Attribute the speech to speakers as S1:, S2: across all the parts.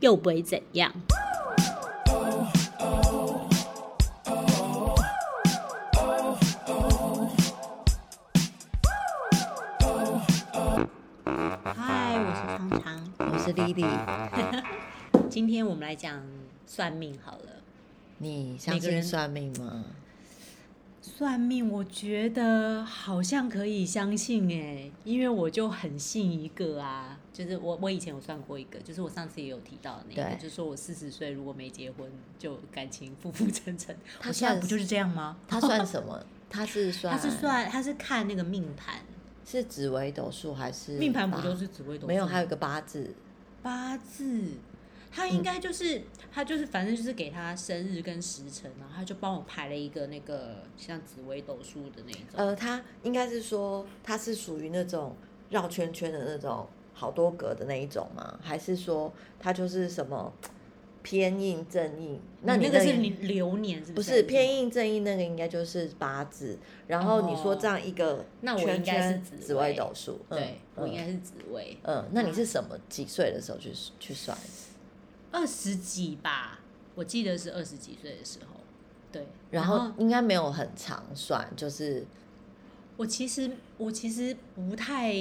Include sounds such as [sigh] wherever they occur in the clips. S1: 又不会怎样。嗨，我是常常，
S2: 我是 Lily，
S1: [laughs] 今天我们来讲算命好了。
S2: 你
S1: 每
S2: 相
S1: 个人
S2: 信算命吗？
S1: 算命，我觉得好像可以相信哎、因为我就很信一个啊，就是我我以前有算过一个，就是我上次也有提到的那个，
S2: 对
S1: 就是说我四十岁如果没结婚，就感情浮浮沉沉。
S2: [laughs] 他
S1: 我现在
S2: 算
S1: 不就是这样吗？
S2: 他算什
S1: [laughs]
S2: 么？他是算
S1: 他是算他是看那个命盘，
S2: 是紫微斗数还是
S1: 命盘不
S2: 八
S1: 就是紫微斗数？
S2: 没有？嗯还有一个八字，
S1: 八字，他应该就是、他就是反正就是给他生日跟时辰，然后他就帮我排了一个那个像紫微斗数的那一种。
S2: 呃，他应该是说他是属于那种绕圈圈的那种好多格的那一种吗？还是说他就是什么偏硬正硬？那
S1: 你
S2: 你
S1: 那个是你流年是
S2: 不
S1: 是？还
S2: 是
S1: 什么
S2: 偏硬正硬那个应该就是八字，然后你说这样一个
S1: 哦那我应
S2: 圈
S1: 该是
S2: 圈
S1: 紫
S2: 紫微
S1: 微
S2: 斗数，嗯
S1: 对，我应
S2: 嗯
S1: 该是紫薇，
S2: 嗯，那你是什么几岁的时候去去算？
S1: 二十几吧，我记得是二十几岁的时候。对，
S2: 然
S1: 然
S2: 后应该没有很常算，就是
S1: 我其实我其实不太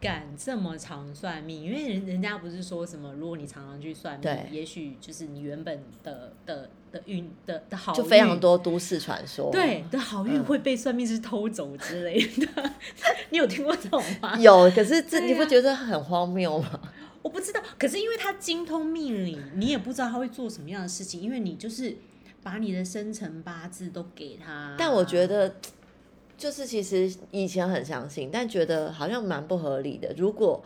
S1: 敢这么常算命，因为人人家不是说什么，如果你常常去算
S2: 对
S1: 命，也许就是你原本的的的运的的好运
S2: 就非常。多都市传说。
S1: 对，的好运
S2: 嗯
S1: 会被算命师偷走之类的，
S2: [laughs]
S1: [laughs] 你有听过这种吗？
S2: 有，可是这
S1: 对
S2: 你不
S1: 啊
S2: 觉得很荒
S1: [laughs]
S2: 谬吗？
S1: 我不知道，可是因为他精通命理，你也不知道他会做什么样的事情，因为你就是把你的生辰八字都给他。
S2: 但我觉，得，就是其实以前很相信，但觉得好像蛮不合理的。如果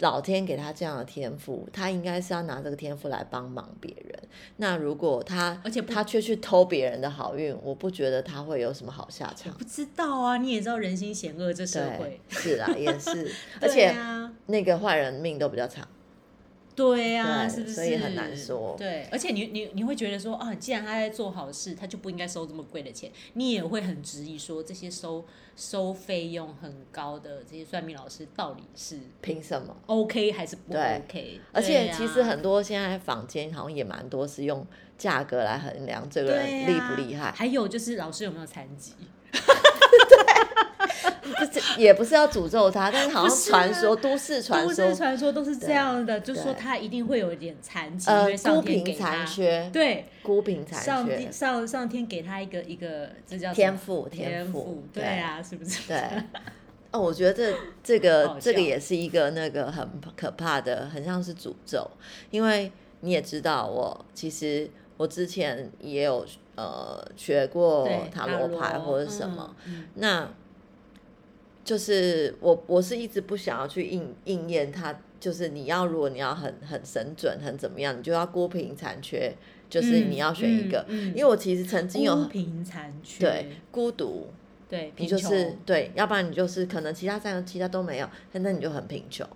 S2: 老天给他这样的天赋，他应该是要拿这个天赋来帮忙别人。那如果他，
S1: 而且不
S2: 他却去偷别人的好运，我不觉得他会有什么好下
S1: 我
S2: 场。
S1: 不知道啊，你也知道人心险恶 [laughs] 这社
S2: 对
S1: 会，，
S2: 是啦，也
S1: [laughs]
S2: 是，而
S1: 对
S2: 且
S1: 啊，
S2: 那个坏人命都比较长。
S1: 对啊，
S2: 对
S1: 是不是？
S2: 所以很难说
S1: 对，而且你你你会觉得说啊，既然他在做好事，他就不应该收这么贵的钱，你也会很质疑说这些收收费用很高的这些算命老师到底是
S2: 凭什么？
S1: OK 还是不
S2: 对
S1: OK？
S2: 而
S1: 对
S2: 且
S1: 啊
S2: 其实很多现在坊间好像也蛮多是用价格来衡量这个
S1: 对
S2: 人
S1: 呀，
S2: 厉不厉害，
S1: 还有就是老师有没有残疾？
S2: 不是也不是要诅咒他，但是好
S1: 不
S2: 像
S1: 是
S2: 传
S1: 啊 [laughs]
S2: 说、都市传
S1: 都
S2: 说
S1: 市、传说都是这样的，就
S2: 对
S1: 说他一定会有一点残疾，因
S2: 呃
S1: 为
S2: 孤
S1: 上天
S2: 贫
S1: 给
S2: 残
S1: 他，
S2: 缺、
S1: 对，
S2: 孤贫残
S1: 上帝
S2: 缺，
S1: 上上天给他一个一个，这叫什么
S2: 天赋
S1: 天
S2: 天赋
S1: 赋，对啊，是不是？
S2: 对。哦，我觉得这这
S1: 好
S2: 个这个
S1: 笑
S2: 也是一个那个很可怕的，很像是诅咒，因为你也知道我，其实我之前也有呃学
S1: [laughs]
S2: 过
S1: 对，
S2: 塔罗牌或者什么，
S1: 嗯，
S2: 那就是我我是一直不想要去应应验它，就是你要如果你要很很神准很怎么样，你就要孤贫残缺，就是你要选一个。
S1: 嗯嗯嗯
S2: 因为我其实曾经有
S1: 孤
S2: 很
S1: 贫残缺，
S2: 对孤独，
S1: 对，
S2: 你
S1: 贫
S2: 就
S1: 穷
S2: 是对，要不然你就是可能其他三个其他都没有，那你就很贫穷，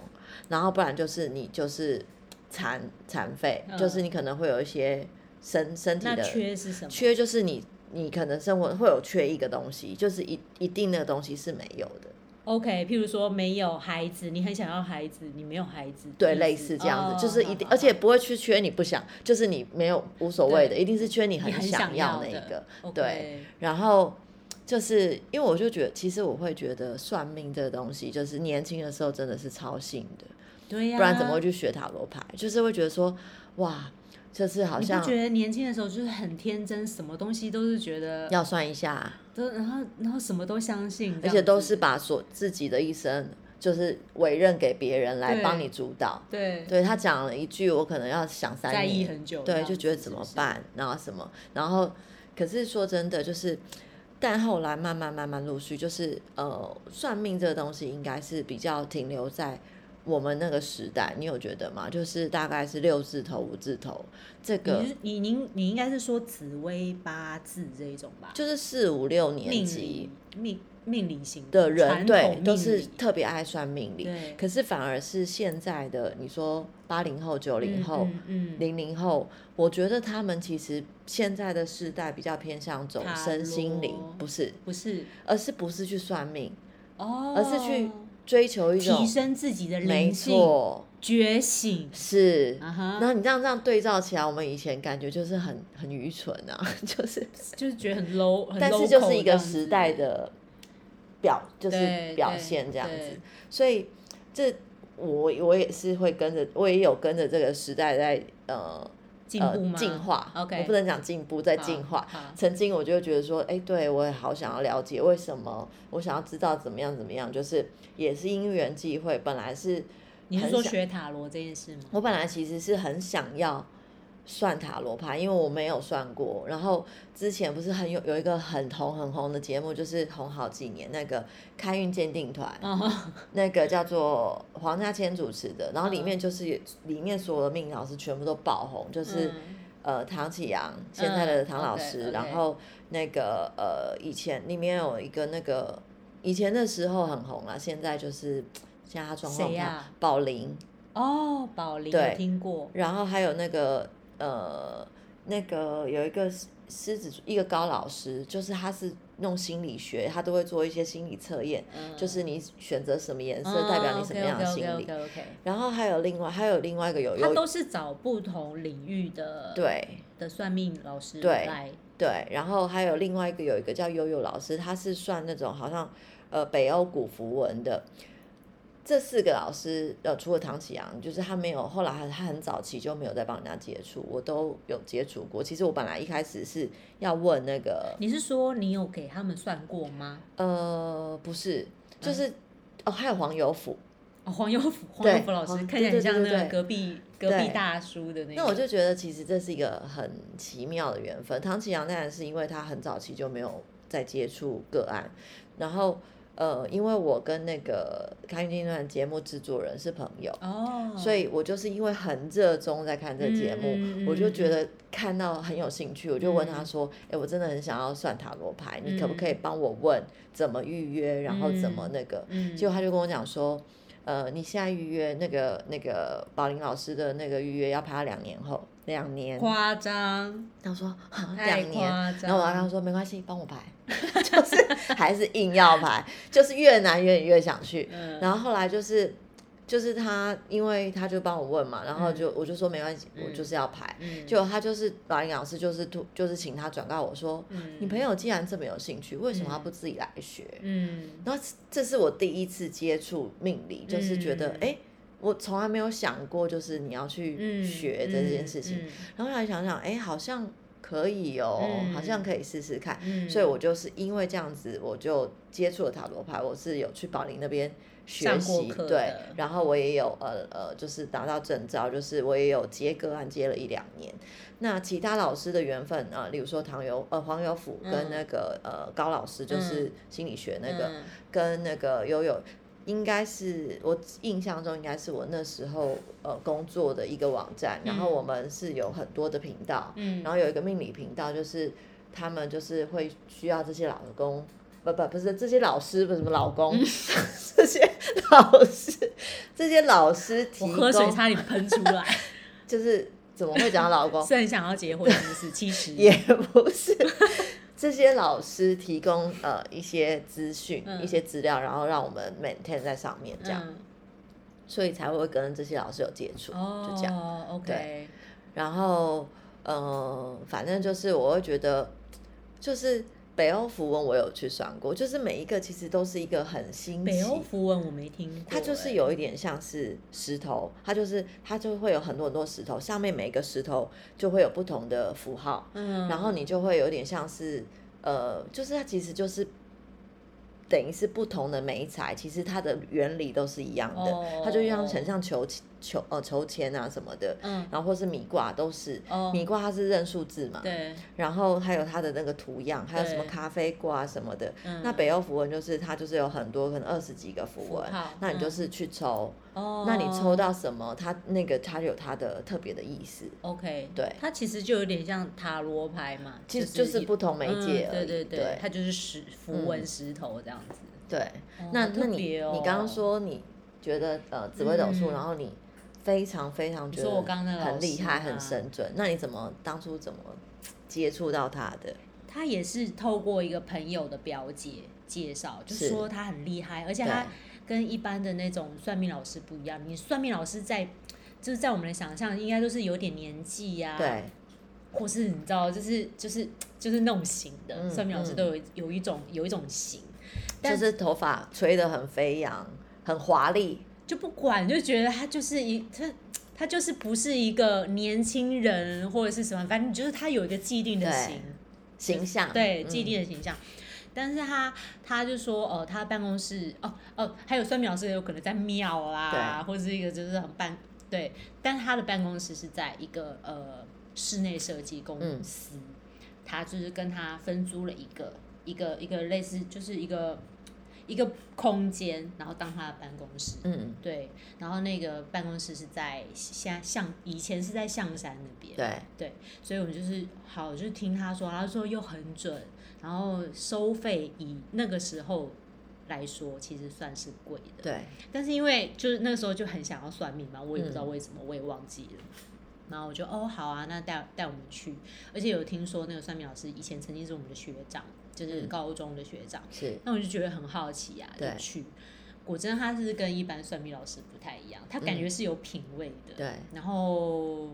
S2: 然后不然就是你就是残残废，就是
S1: 嗯
S2: 你可能会有一些身身体
S1: 那
S2: 的
S1: 缺是什么？
S2: 缺就是你你可能生活会有缺一个东西，就是一一定那个东西是没有的，
S1: OK，譬如说没有孩子，你很想要孩子，你没有孩子，
S2: 对，
S1: 意
S2: 类
S1: 思
S2: 似这样子，
S1: 哦
S2: 就是
S1: 好
S2: 一定，
S1: 好
S2: 而且
S1: 好
S2: 不会去缺你不想，就是你没有无所谓的，
S1: 对
S2: 一定是缺你
S1: 你很
S2: 想
S1: 要
S2: 要那个
S1: 的，，OK
S2: 对，然后。就是因为我就觉得，其实我会觉得算命这个东西，就是年轻的时候真的是超信的，
S1: 对呀、
S2: 不然怎么会去学塔罗牌？就是会觉得说，哇，就是好
S1: 你
S2: 像
S1: 不觉得年轻的时候就是很天真，什么东西都是觉得
S2: 要算一下，
S1: 都，然后然后什么都相信，这
S2: 而
S1: 样
S2: 且都
S1: 子
S2: 是把所自己的一生，就是委任给别人来
S1: 对
S2: 帮你主导。
S1: 对
S2: 对他讲了一句，我可能要想三
S1: 在意
S2: 年，
S1: 很久这
S2: 对，
S1: 样子，
S2: 就觉得怎么办，然后什么，然后可是说真的，就是，但后来慢慢慢慢陆续，就是呃，算命这个东西应该是比较停留在我们那个时代，你有觉得吗？就是大概是六字头、五字头，这
S1: 是不
S2: 个
S1: 是。你是你您你应该是说紫薇八字这一种吧？
S2: 就是四五六
S1: 命
S2: 年级
S1: 理命命理型
S2: 的人，
S1: 传统
S2: 对，
S1: 命
S2: 都是
S1: 理
S2: 特别爱算命理。
S1: 对
S2: 可是反而是现在的，你说八零后、九零
S1: 嗯
S2: 后、
S1: 嗯嗯
S2: 零零后，我觉得他们其实现在的世代比较偏向走
S1: 塔
S2: 身心灵
S1: 罗，
S2: 不是，
S1: 不是
S2: 而是不是去算命，
S1: 哦，
S2: 而是去追求一种
S1: 提升自己的
S2: 没
S1: 灵性，
S2: 错，
S1: 觉醒，
S2: 是。
S1: 啊哈
S2: 然，后你这样这样对照起来，我们以前感觉就是很很愚蠢啊， [laughs] 就是，
S1: 就是觉得很 low，很 low，
S2: 但是就是一个时代的表，就是
S1: 对
S2: 表
S1: 对
S2: 现这样
S1: 对
S2: 子。所以这我我也是会跟着，我也有跟着这个时代在呃
S1: 进步吗？
S2: 呃、进化。
S1: ，OK，
S2: 我不能讲进步，在
S1: 好
S2: 进化。
S1: 好
S2: 曾经我就会觉得说，哎、对我也好想要了解为什么，我想要知道怎么样怎么样，就是也是因缘际会，本来是
S1: 你是
S2: 很
S1: 说
S2: 想
S1: 学塔罗这件事吗？
S2: 我本来其实是很想要算塔罗牌，因为我没有算过。然后之前不是很有有一个很红很红的节目，就是红好几年那个开运鉴定团，
S1: 啊，
S2: 那个叫做黄家千主持的，然后里
S1: 嗯
S2: 面就是里面所有的命老师全部都爆红，就是、
S1: 嗯
S2: 呃唐启阳现在的唐老
S1: 嗯
S2: 师，
S1: ，OK，OK
S2: 然后那个呃以前里面有一个那个以前的时候很红啦，现在就是现在他状况
S1: 谁
S2: 不好
S1: 呀
S2: 宝林，
S1: 哦，宝林
S2: 对
S1: 有听过，
S2: 然后还有那个呃，那个有一个狮狮子一个高老师，就是他是弄心理学，他都会做一些心理测验，
S1: 嗯
S2: 就是你选择什么颜
S1: 啊
S2: 色代表你什么样的心理。
S1: o k
S2: 然后还有另外还有另外一个有
S1: 他
S2: 有
S1: 都是找不同领域的
S2: 对
S1: 的算命老师
S2: 对
S1: 来，
S2: 对，然后还有另外一个有一个叫悠悠老师，他是算那种好像呃北欧古符文的。这四个老师，呃，除了唐启阳，就是他没有，后来他他很早期就没有再帮人家接触，我都有接触过。其实我本来一开始是要问那个，
S1: 你是说你有给他们算过吗？
S2: 呃，不是，就是、哦，还有黄油府，
S1: 哦，黄
S2: [laughs]
S1: 友福，黄
S2: 对
S1: 友福老师
S2: 黄
S1: 看起来
S2: 对对
S1: 很像
S2: 对
S1: 那
S2: 对
S1: 个隔壁隔壁
S2: 对
S1: 大叔的那个。
S2: 那我就觉得其实这是一个很奇妙的缘分。唐启阳当然是因为他很早期就没有再接触个案，然后呃，因为我跟那个开运经段节目制作人是朋友。
S1: 哦，
S2: 所以我就是因为很热衷在看这个节目，
S1: 嗯嗯嗯
S2: 我就觉得看到很有兴趣，我就问他
S1: 嗯
S2: 说：“哎、我真的很想要算塔罗牌，你可不
S1: 嗯
S2: 可以帮我问怎么预约，然后怎么
S1: 嗯
S2: 那个？”
S1: 嗯，
S2: 结果他就跟我讲说，呃，你现在预约那个那个宝林老师的那个预约要排到两年后，两年。
S1: 夸张，
S2: 他说啊
S1: 太
S2: 两年，
S1: 夸张。
S2: 然后我还跟他说没关系，帮我排， [laughs] 就是还是硬要排，就是越难越越想去。
S1: 嗯，
S2: 然后后来就是就是他，因为他就帮我问嘛，然后就、我就说没关系，我就是要排。
S1: 嗯
S2: 结果他就是宝林老师就是突就是请他转告我说，
S1: 嗯
S2: 你朋友既然这么有兴趣，为什么他
S1: 嗯
S2: 不自己来学？
S1: 嗯
S2: 然后这是我第一次接触命理，就是觉得
S1: 嗯
S2: 哎、诶我从来没有想过，就是你要去
S1: 嗯
S2: 学这件事情。，
S1: 嗯
S2: 然后后来想想，哎、好像可以哦、
S1: 嗯
S2: 好像可以试试看。
S1: 嗯，
S2: 所以我就是因为这样子，我就接触了塔罗牌，我是有去宝林那边学
S1: 上过
S2: 习，
S1: 课的
S2: 对，然后我也有呃呃，就是拿到证照，就是我也有接个案接了一两年。那其他老师的缘分啊、呃，例如说唐友呃黄友甫跟
S1: 嗯
S2: 那个、呃高老师，就是心理学那个，
S1: 嗯
S2: 跟那个悠悠。应该是我印象中应该是我那时候呃工作的一个网站，然后
S1: 嗯
S2: 我们是有很多的频道，
S1: 嗯，
S2: 然后有一个命理频道，就是他们就是会需要这些老公，不不不是这些老师，不是什么老
S1: 嗯
S2: 公， [laughs] 这些老师，这些老师提
S1: 我
S2: 供
S1: 喝水差点喷出来，
S2: [laughs] 就是怎么会讲到老公，
S1: 是很想要结婚，是不是？其
S2: [laughs]
S1: 实
S2: 也不是这些老师提供呃一些资讯、
S1: 嗯
S2: 一些资料，然后让我们 maintain 在上面这样，
S1: 嗯
S2: 所以才会跟这些老师有接触，就这样。
S1: 哦，OK，
S2: 然后，呃，反正就是我会觉得，就是北欧符文我有去算过，就是每一个其实都是一个很新
S1: 北
S2: 奇，
S1: 欧符文我没听过欸，
S2: 它就是有一点像是石头，它就是它就会有很多很多石头，上面每一个石头就会有不同的符号，
S1: 嗯，
S2: 然后你就会有点像是，呃，就是它其实就是。等于是不同的美彩，其实它的原理都是一样的，
S1: 哦
S2: 它就像很像球球呃球签啊什么的，
S1: 嗯
S2: 然后或是米卦都是，
S1: 哦
S2: 米卦它是认数字嘛，
S1: 对，
S2: 然后还有它的那个图样，还有什么
S1: 对
S2: 咖啡卦啊什么的。
S1: 嗯
S2: 那北欧符文就是它就是有很多可能二十几个符文
S1: 符号，
S2: 那你就
S1: 嗯
S2: 是去抽，
S1: 哦，
S2: 那你抽到什么，它那个它有它的特别的意思。
S1: OK，
S2: 对
S1: 它其实就有点像塔罗牌嘛，
S2: 其实就是
S1: 一
S2: 不同媒介
S1: 嗯
S2: 而
S1: 对
S2: 已
S1: 对
S2: 对
S1: 它就是石
S2: 嗯
S1: 符文石头这样子。
S2: 对，
S1: 哦
S2: 那
S1: 好
S2: 那
S1: 特
S2: 你
S1: 别哦
S2: 你刚刚说你觉得呃紫微斗数，
S1: 嗯
S2: 然后你非常非常觉
S1: 说
S2: 得
S1: 我刚刚那个
S2: 很
S1: 老
S2: 厉
S1: 师
S2: 害，
S1: 吗
S2: 很神准，那你怎么当初怎么接触到他的？
S1: 他也是透过一个朋友的表姐介绍，就是说他很厉害，而且
S2: 对
S1: 他跟一般的那种算命老师不一样。你算命老师在，就是在我们的想象，应该都是有点年纪呀、
S2: 对，
S1: 或是你知道，就是就是就是那种型的、
S2: 嗯
S1: 算命老师
S2: 嗯
S1: 都有有一种有一种型，但
S2: 就是头发吹得很飞扬，很华丽，
S1: 就不管就觉得他就是一他。他就是不是一个年轻人或者是什么，反正就是他有一个既定的
S2: 对
S1: 型，
S2: 形象
S1: 对
S2: 嗯
S1: 既定的形象。但是他他就说，呃，他办公室哦哦，还有算命老师也有可能在庙啦，或者是一个就是很办对，但他的办公室是在一个呃室内设计公
S2: 嗯
S1: 司，他就是跟他分租了一个一个一个类似就是一个一个空间，然后当他的办公室。
S2: 嗯，
S1: 对，然后那个办公室是在下象，以前是在象山那边，
S2: 对，
S1: 所以我们就是好，就是听他说，他说又很准，然后收费以那个时候来说，其实算是贵的。
S2: 对，
S1: 但是因为就是那个时候就很想要算命嘛，我也不知道
S2: 嗯
S1: 为什么，我也忘记了。然后我就哦好啊，那带带我们去，而且有听说那个算命老师以前曾经是我们的学长，就是
S2: 嗯
S1: 高中的学长，
S2: 是，
S1: 那我就觉得很好奇啊，就
S2: 对
S1: 去。果真他是跟一般算命老师不太一样，他感
S2: 嗯
S1: 觉是有品味的。
S2: 对，
S1: 然后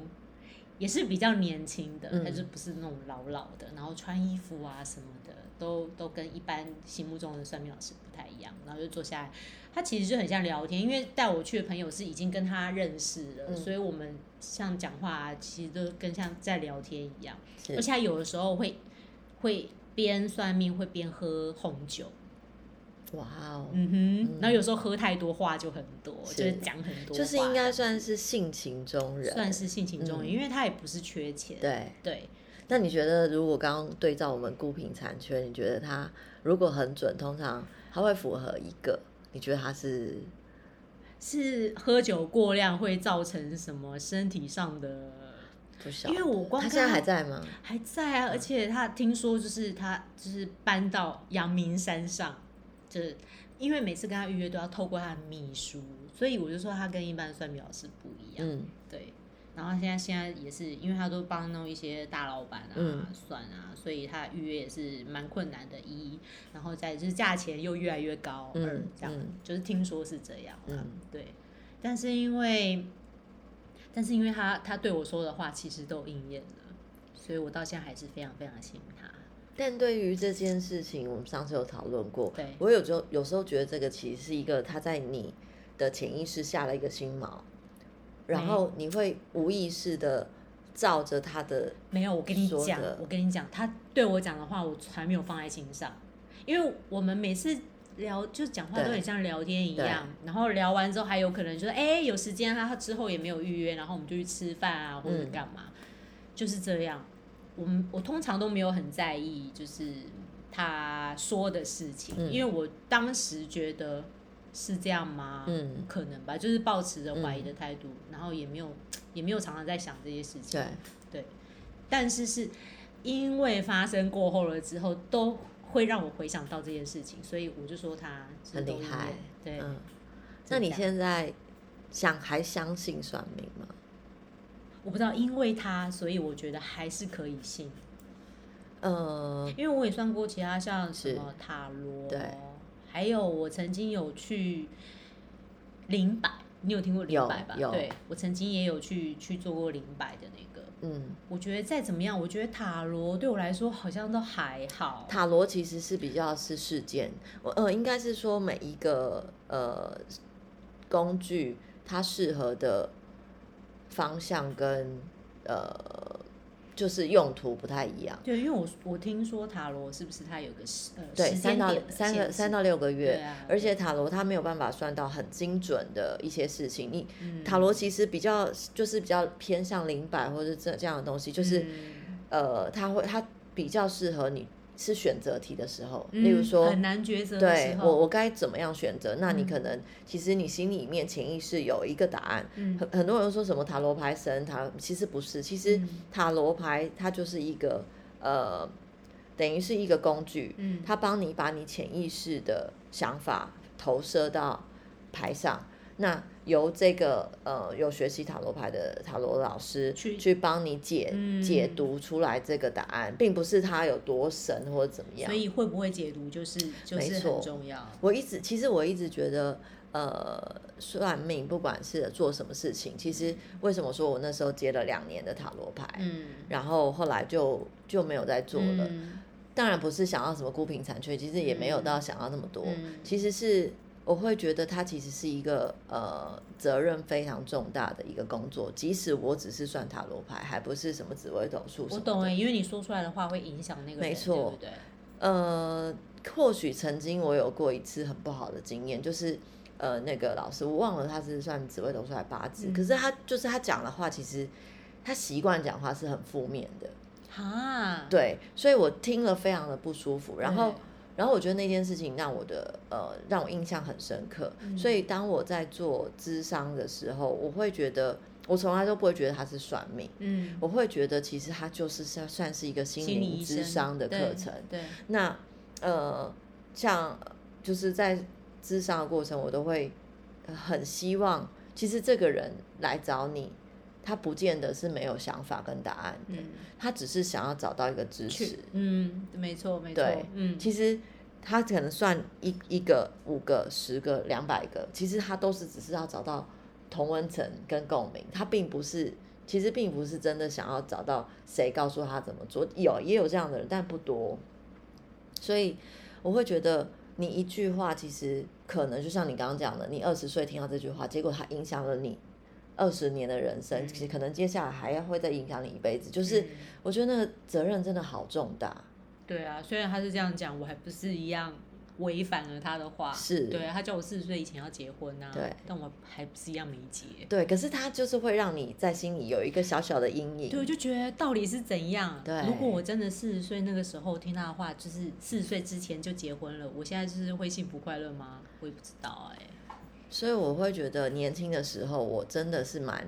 S1: 也是比较年轻的，
S2: 嗯
S1: 他就不是那种老老的，然后穿衣服啊什么的，都都跟一般心目中的算命老师不太一样。然后就坐下来，他其实就很像聊天，因为带我去的朋友是已经跟他认识了，
S2: 嗯
S1: 所以我们像讲话、啊、其实都跟像在聊天一样，
S2: 是
S1: 而且他有的时候会会边算命会边喝红酒，
S2: 哇哦，
S1: 嗯哼，
S2: 嗯
S1: 然后有时候喝太多话就很多，
S2: 是
S1: 就是讲很多话，
S2: 就是应该算是性情中人，
S1: 算是性情中人，
S2: 嗯
S1: 因为他也不是缺钱。
S2: 对。
S1: 对，
S2: 那你觉得，如果刚刚对照我们孤品残缺，你觉得它如果很准，通常它会符合一个？你觉得它是
S1: 是喝酒过量会造成什么身体上的？
S2: 不小？
S1: 因为我光
S2: 它
S1: 看
S2: 现在还
S1: 到
S2: 在吗？
S1: 还在啊，而且他听说就是他就是搬到阳明山上，就是因为每次跟他预约都要透过他的秘书，所以我就说他跟一般的算命老师不一样。
S2: 嗯，
S1: 对，啊然后他现在现在也是，因为他都帮弄一些大老板啊、
S2: 嗯
S1: 算啊，所以他预约也是蛮困难的。一，然后再就是价钱又越来越高。
S2: 嗯
S1: 二，这样、
S2: 嗯
S1: 就是听说是这样啦。
S2: 嗯
S1: 对，但是因为，但是因为他他对我说的话其实都应验了，所以我到现在还是非常非常信他。
S2: 但对于这件事情，我们上次有讨论过。
S1: 对
S2: 我有时候有时候觉得这个其实是一个他在你的潜意识下了一个心锚，然
S1: 没
S2: 后你会无意识的照着他的，
S1: 没有，我跟你
S2: 说
S1: 讲
S2: 的，
S1: 我跟你讲，他对我讲的话，我还没有放在心上，因为我们每次聊就讲话
S2: 对
S1: 都很像聊天一样，然后聊完之后还有可能就是哎、有时间啊，他之后也没有预约，然后我们就去吃饭啊或者
S2: 嗯
S1: 干嘛，就是这样。我们我通常都没有很在意就是他说的事情，
S2: 嗯
S1: 因为我当时觉得是这样吗？不
S2: 嗯，
S1: 可能吧，就是抱持着怀疑的态度，然后也没有也没有常常在想这些事情。
S2: 对，
S1: 但是是因为发生过后了之后，都会让我回想到这件事情，所以我就说他是
S2: 很
S1: 都
S2: 厉
S1: 应
S2: 害
S1: 验。对，
S2: 嗯，
S1: 是
S2: 那你
S1: 这样
S2: 现在想还相信算命吗？
S1: 我不知道，因为他，所以我觉得还是可以信，
S2: 呃，
S1: 因为我也算过其他像什
S2: 是
S1: 么塔罗，
S2: 对，
S1: 还有我曾经有去灵摆，你有听过灵
S2: 有
S1: 摆吧？
S2: 有
S1: 对，我曾经也有去去做过灵摆的那个。
S2: 嗯，
S1: 我觉得再怎么样，我觉得塔罗对我来说好像都还好。
S2: 塔罗其实是比较是事件，我呃，应该是说每一个呃工具它适合的方向跟呃就是用途不太一样。
S1: 对，因为我我听说塔罗是不是它有个时呃
S2: 对，
S1: 时
S2: 三
S1: 间
S2: 到
S1: 点的
S2: 三
S1: 限
S2: 个
S1: 制
S2: 三到六个
S1: 对
S2: 月，
S1: 啊，
S2: 而且塔罗它没有办法算到很精准的一些事情。你
S1: 嗯
S2: 塔罗其实比较就是比较偏向灵摆或者这这样的东西，就是、
S1: 嗯
S2: 呃，它会它比较适合你是选择题的时候，
S1: 嗯
S2: 例如说
S1: 很难抉择的时
S2: 对我，
S1: 候，嗯
S2: 我该怎么样选择？那你可能、其实你心里面潜意识有一个答案。
S1: 嗯
S2: 很很多人说什么塔罗牌神塔，其实不是，其实
S1: 嗯
S2: 塔罗牌它就是一个呃，等于是一个工具，
S1: 嗯
S2: 它帮你把你潜意识的想法投射到牌上。那由这个呃有学习塔罗牌的塔罗老师
S1: 去
S2: 去帮你解、
S1: 嗯
S2: 解读出来这个答案，并不是他有多神或者怎么样
S1: 所。以会不会解读就是就
S2: 没
S1: 是
S2: 错
S1: 很重要。
S2: 我一直其实我一直觉得，呃，算命不管是做什么事情，其实为什么说我那时候接了两年的塔罗牌，
S1: 嗯，
S2: 然后后来就就没有再做了。
S1: 嗯
S2: 当然不是想要什么孤贫残缺，其实也没有到想要那么多，
S1: 嗯
S2: 其实是我会觉得它其实是一个呃责任非常重大的一个工作，即使我只是算塔罗牌，还不是什么紫微斗数什
S1: 我
S2: 么
S1: 懂哎、
S2: 的。
S1: 因为你说出来的话会影响那个人，
S2: 没错
S1: 对不对？
S2: 呃，或许曾经我有过一次很不好的经验，就是。呃，那个老师我忘了他是算紫微斗数还是八字，
S1: 嗯
S2: 可是他就是他讲的话，其实他习惯讲话是很负面的，
S1: 哈，
S2: 对，所以我听了非常的不舒服。
S1: 对，
S2: 然后然后我觉得那件事情让我的呃让我印象很深刻，
S1: 嗯
S2: 所以当我在做咨商的时候，我会觉得我从来都不会觉得它是算命，
S1: 嗯，
S2: 我会觉得其实它就是算算是一个心
S1: 心理
S2: 灵
S1: 医
S2: 咨
S1: 生
S2: 商的课
S1: 对
S2: 程。
S1: 对，
S2: 那呃，像就是在咨商的过程，我都会呃很希望，其实这个人来找你，他不见得是没有想法跟答案的，
S1: 嗯，
S2: 他只是想要找到一个支持
S1: 去。，嗯，没错没错
S2: 对，
S1: 嗯，
S2: 其实他可能算一一个、五个、十个、两百个，其实他都是只是要找到同温层跟共鸣，他并不是，其实并不是真的想要找到谁告诉他怎么做，有也有这样的人，但不多。所以我会觉得，你一句话其实可能就像你刚刚讲的，你二十岁听到这句话，结果它影响了你。二十年的人生，
S1: 嗯
S2: 其实可能接下来还要会再影响你一辈子。就是
S1: 嗯
S2: 我觉得那个责任真的好重大。
S1: 对啊，虽然他是这样讲，我还不是一样违反了他的话。
S2: 是
S1: 对啊，他叫我四十岁以前要结婚啊，
S2: 对，
S1: 但我还不是一样没结。
S2: 对，可是它就是会让你在心里有一个小小的阴影。
S1: 对，我就觉得到底是怎样？
S2: 对
S1: 如果我真的四十岁那个时候听他的话，就是四十岁之前就结婚了，我现在就是会幸福快乐吗？我也不知道哎、
S2: 所以我会觉得年轻的时候，我真的是蛮，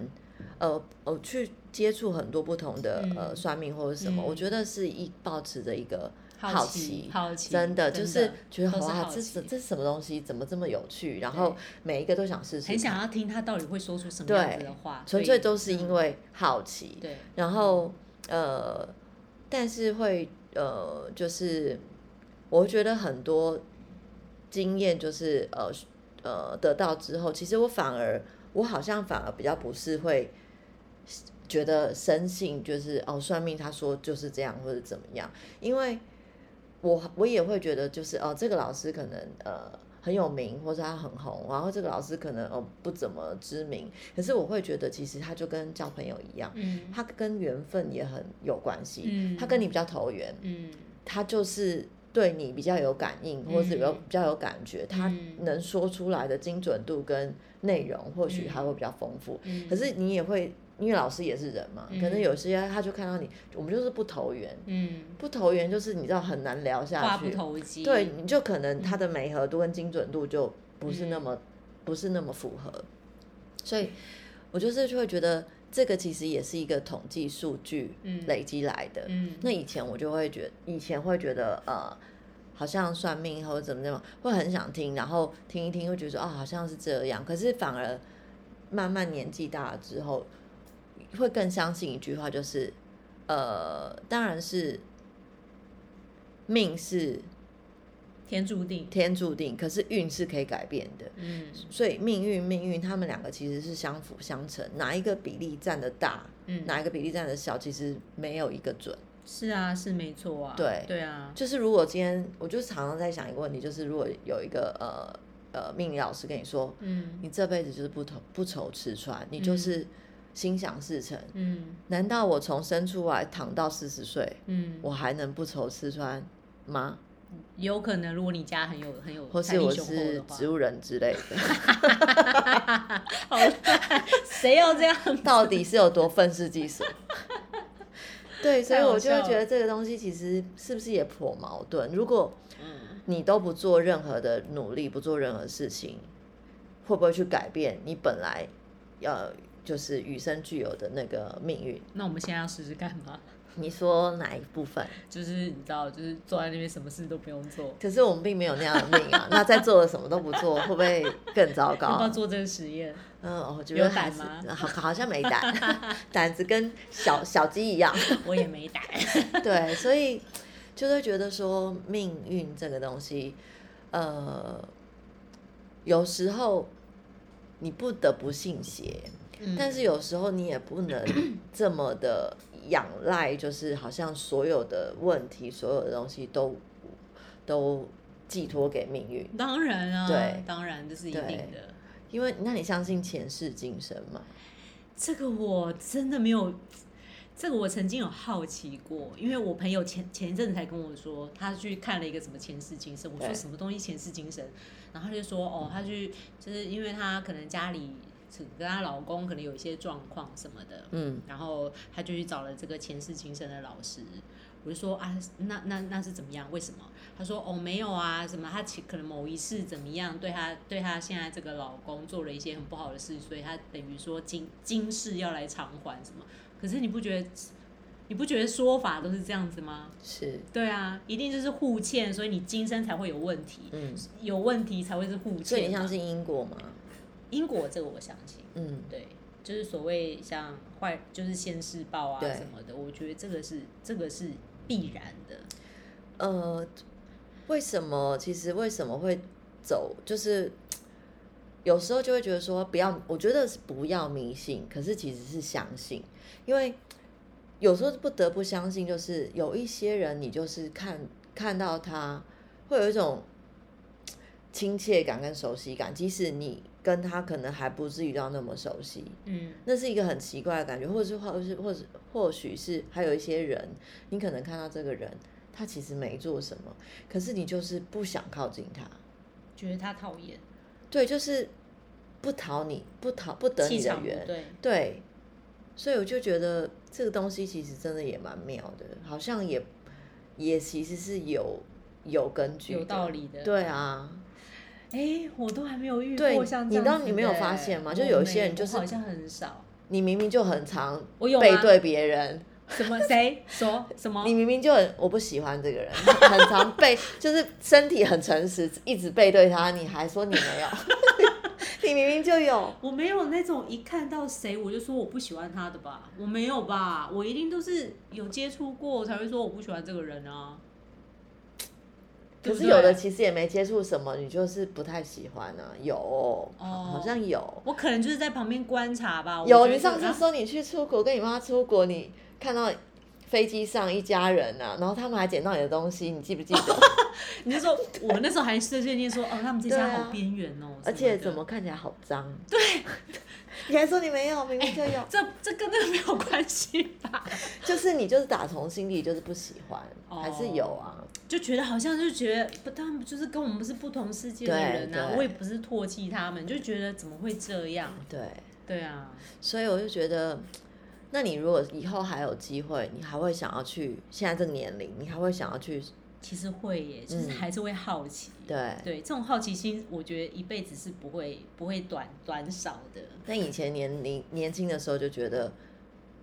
S2: 呃，我去接触很多不同的、
S1: 嗯
S2: 呃算命或者什么，
S1: 嗯
S2: 我觉得是一保持着一个
S1: 好
S2: 奇
S1: 奇，，好奇，
S2: 真的就是觉得
S1: 都是
S2: 哇，
S1: 好
S2: 这
S1: 奇
S2: 是这是什么东西，怎么这么有趣？然后每一个都想试试看，
S1: 很想要听他到底会说出什么样子的话，嗯
S2: 纯
S1: 所
S2: 粹
S1: 以
S2: 都是因为好奇。
S1: 对，
S2: 然后呃，但是会呃，就是我觉得很多经验就是呃呃得到之后，其实我反而我好像反而比较不是会觉得深信就是哦算命他说就是这样或者怎么样，因为我我也会觉得就是哦这个老师可能呃。很有名，或者他很红，然后这个老师可能哦不怎么知名，可是我会觉得其实他就跟交朋友一样，
S1: 嗯
S2: 它跟缘分也很有关系。
S1: 嗯
S2: 它跟你比较投缘，
S1: 嗯，
S2: 它就是对你比较有感应，或者有
S1: 嗯
S2: 比较有感觉，它
S1: 嗯
S2: 能说出来的精准度跟内容，或许还会比较丰富。
S1: 嗯
S2: 可是你也会，因为老师也是人嘛，可能
S1: 嗯
S2: 有些他就看到你，我们就是不投缘，
S1: 嗯，
S2: 不投缘就是你知道很难聊
S1: 话
S2: 下
S1: 不
S2: 去，
S1: 投机，
S2: 对，你就可能它的美合度跟精准度就不是那么、不是那么符合，嗯所以我就是就会觉得这个其实也是一个统计数据
S1: 嗯
S2: 累积来的。
S1: 嗯，
S2: 那以前我就会觉以前会觉得呃，好像算命或者怎么怎么，会很想听，然后听一听，会觉得哦，好像是这样。可是反而慢慢年纪大了之后，会更相信一句话，就是呃，当然是命是
S1: 天注定，
S2: 天注定，可是运是可以改变的。
S1: 嗯
S2: 所以命运、命运，他们两个其实是相辅相成，哪一个比例占的大，
S1: 嗯，
S2: 哪一个比例占的小，其实没有一个准。
S1: 是啊，是没错啊，
S2: 对
S1: 对啊，
S2: 就是如果今天，我就常常在想一个问题，就是如果有一个呃呃命理老师跟你说，
S1: 嗯
S2: 你这辈子就是不愁不愁吃穿，你就是心想事成，
S1: 嗯
S2: 难道我从生出来躺到四十岁，
S1: 嗯，
S2: 我还能不愁吃穿吗？
S1: 有可能如果你家很有很有
S2: 或
S1: 财
S2: 是
S1: 力
S2: 我
S1: 雄厚
S2: 是
S1: 的话，
S2: 植物人之类的？
S1: 好烂， [laughs] 谁要这样？
S2: 到底是有多愤世嫉俗？ [laughs] 对，所以
S1: 太好
S2: 我就会
S1: 笑了
S2: 觉得这个东西其实是不是也颇矛盾？如果
S1: 嗯
S2: 你都不做任何的努力，不做任何事情，会不会去改变你本来呃就是与生俱有的那个命运。
S1: 那我们现在要试试干嘛？
S2: 你说哪一部分？
S1: 就是你知道，就是坐在那边什么事都不用做，
S2: 可是我们并没有那样的命 [laughs] 啊，那再做了什么都不做，会不会更糟
S1: 要不要
S2: 糕？
S1: 做这个实验？
S2: [laughs] 嗯，我觉
S1: 有
S2: 得
S1: 胆
S2: 还是
S1: 吗
S2: 好，好像没胆， [laughs] 胆子跟小小鸡一样。
S1: 我也没
S2: [laughs]
S1: 胆。
S2: 对，所以就会觉得说命运这个东西，呃，有时候你不得不信邪，
S1: 嗯
S2: 但是有时候你也不能这么的仰赖，就是好像所有的问题、所有的东西都都寄托给命运，
S1: 当然啊，
S2: 对
S1: 当然这是一定的。
S2: 因为那你相信前世今生吗？
S1: 这个我真的没有，这个我曾经有好奇过，因为我朋友前前一阵子才跟我说，他去看了一个什么前世今生，我说
S2: 对
S1: 什么东西前世今生，然后他就说哦，他去就是因为他可能家里跟她老公可能有一些状况什么的，
S2: 嗯，
S1: 然后他就去找了这个前世今生的老师。我就说啊，那那那是怎么样？为什么？他说哦，没有啊，什么他其可能某一世怎么样，对他对他现在这个老公做了一些很不好的事，所以他等于说今今世要来偿还什么。可是你不觉得你不觉得说法都是这样子吗？
S2: 是，
S1: 对啊，一定就是互欠，所以你今生才会有问题，
S2: 嗯，
S1: 有问题才会是互欠嘛。
S2: 所以你相信因果吗？
S1: 因果这个我相信。
S2: 嗯，
S1: 对，就是所谓像坏，就是现世报啊
S2: 对
S1: 什么的，我觉得这个是这个是必然的。
S2: 呃，为什么？其实为什么会走？就是有时候就会觉得说，不要，我觉得是不要迷信，可是其实是相信，因为有时候不得不相信，就是有一些人，你就是看看到他，会有一种亲切感跟熟悉感，即使你跟他可能还不至于到那么熟悉，
S1: 嗯
S2: 那是一个很奇怪的感觉，或者是或者是或者或许是还有一些人，你可能看到这个人，他其实没做什么，可是你就是不想靠近他，
S1: 觉得他讨厌，
S2: 对，就是不讨你不讨不得
S1: 气
S2: 你的
S1: 场不
S2: 缘，
S1: 对，
S2: 对，所以我就觉得这个东西其实真的也蛮妙的，好像也也其实是有有根据，
S1: 有道，理的。，
S2: 对啊，
S1: 哎，我都还没有遇
S2: 对
S1: 过像这
S2: 你
S1: 样
S2: 当
S1: 子
S2: 你没有
S1: 的
S2: 发
S1: 欸
S2: 现吗就
S1: 我
S2: 有一些
S1: 没
S2: 人就
S1: 我
S2: 是
S1: 好像很少，
S2: 你明明就很常
S1: 我有
S2: 背
S1: 吗
S2: 对别人。
S1: 什么谁说什么
S2: 你？明明就很我不喜欢这个人，很常背，就是身体很诚实，一直背对他，你还说你没有， [laughs] 你明明就有，
S1: 我没有那种一看到谁我就说我不喜欢他的吧，我没有吧，我一定都是有接触过才会说我不喜欢这个人啊。对
S2: 可
S1: 不
S2: 是有的
S1: 对
S2: 其实也没接触什么，你就是不太喜欢啊，有，好好像有，
S1: 我可能就是在旁边观察吧。哦我
S2: 有。
S1: 觉
S2: 你
S1: 得
S2: 上次
S1: 啊
S2: 说你去出国，跟你妈出国，你看到飞机上一家人啊，然后他们还捡到你的东西，你记不
S1: [laughs]
S2: 记得？
S1: 你就说我那时候还碎碎念说，哦，他们这
S2: 对
S1: 家
S2: 啊
S1: 好边缘哦，
S2: 而且
S1: 什
S2: 怎
S1: 的
S2: 么？看起来好
S1: [laughs]
S2: 脏？对，你还说你没有，明
S1: 哎
S2: 明就有，
S1: 这这跟那个没有关系吧？ [laughs]
S2: 就是你就是打从心底就是不喜欢，
S1: 哦
S2: 还是有啊。
S1: 就觉得好像就觉得不，他们就是跟我们是不同世界的
S2: 对
S1: 人啊，
S2: 对
S1: 我也不是唾弃他们，就觉得怎么会这样？
S2: 对，
S1: 对啊，
S2: 所以我就觉得，那你如果以后还有机会，你还会想要去现在这个年龄，你还会想要去
S1: 其实会耶，就是
S2: 嗯
S1: 还是会好奇。
S2: 对？
S1: 对，这种好奇心，我觉得一辈子是不会不会短短少的。
S2: 那以前年龄年轻的时候就觉得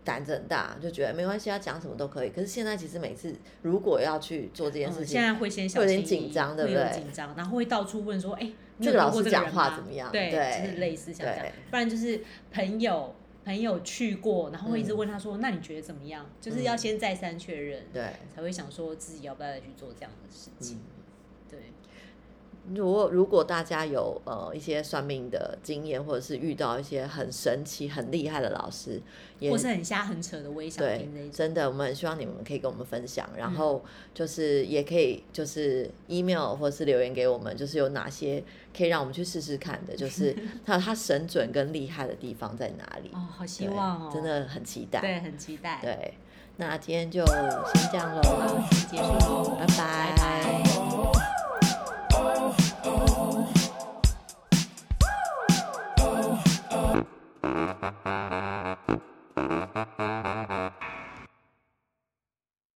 S2: 胆子很大，就觉得没关系，要讲什么都可以。可是现在其实每次如果要去做这件
S1: 嗯
S2: 事情，
S1: 现在会先小
S2: 会有
S1: 心
S2: 点
S1: 翼翼，
S2: 紧张对不
S1: 会有
S2: 对
S1: 紧张，然后会到处问说，哎、你有
S2: 这个
S1: 听
S2: 老
S1: 过
S2: 师
S1: 这
S2: 讲
S1: 人
S2: 话
S1: 吗
S2: 怎么样
S1: 对，
S2: 对
S1: 就是类似像这样
S2: 对，
S1: 不然就是朋友朋友去过，然后会一直
S2: 嗯
S1: 问他说，那你觉得怎么样？就是要先再三确认，
S2: 对，
S1: 才会想说自己要不要再去做这样的事情。
S2: 嗯。
S1: 对，
S2: 如果如果大家有呃一些算命的经验，或者是遇到一些很神奇、很厉害的老师，也
S1: 或是很瞎很扯的，我也想
S2: 对
S1: 听这一，种。嗯
S2: 真的，我们很希望你们可以跟我们分享，然后就是也可以就是 email 或是留言给我们，就是有哪些可以让我们去试试看的，就是
S1: [laughs]
S2: 它它神准跟厉害的地方在哪里？
S1: 哦，好希
S2: 对
S1: 望哦，
S2: 真，的很期待。
S1: 对，很期待。，
S2: 对，那今天就先这样喽，
S1: 好，我们结束喽。
S2: 拜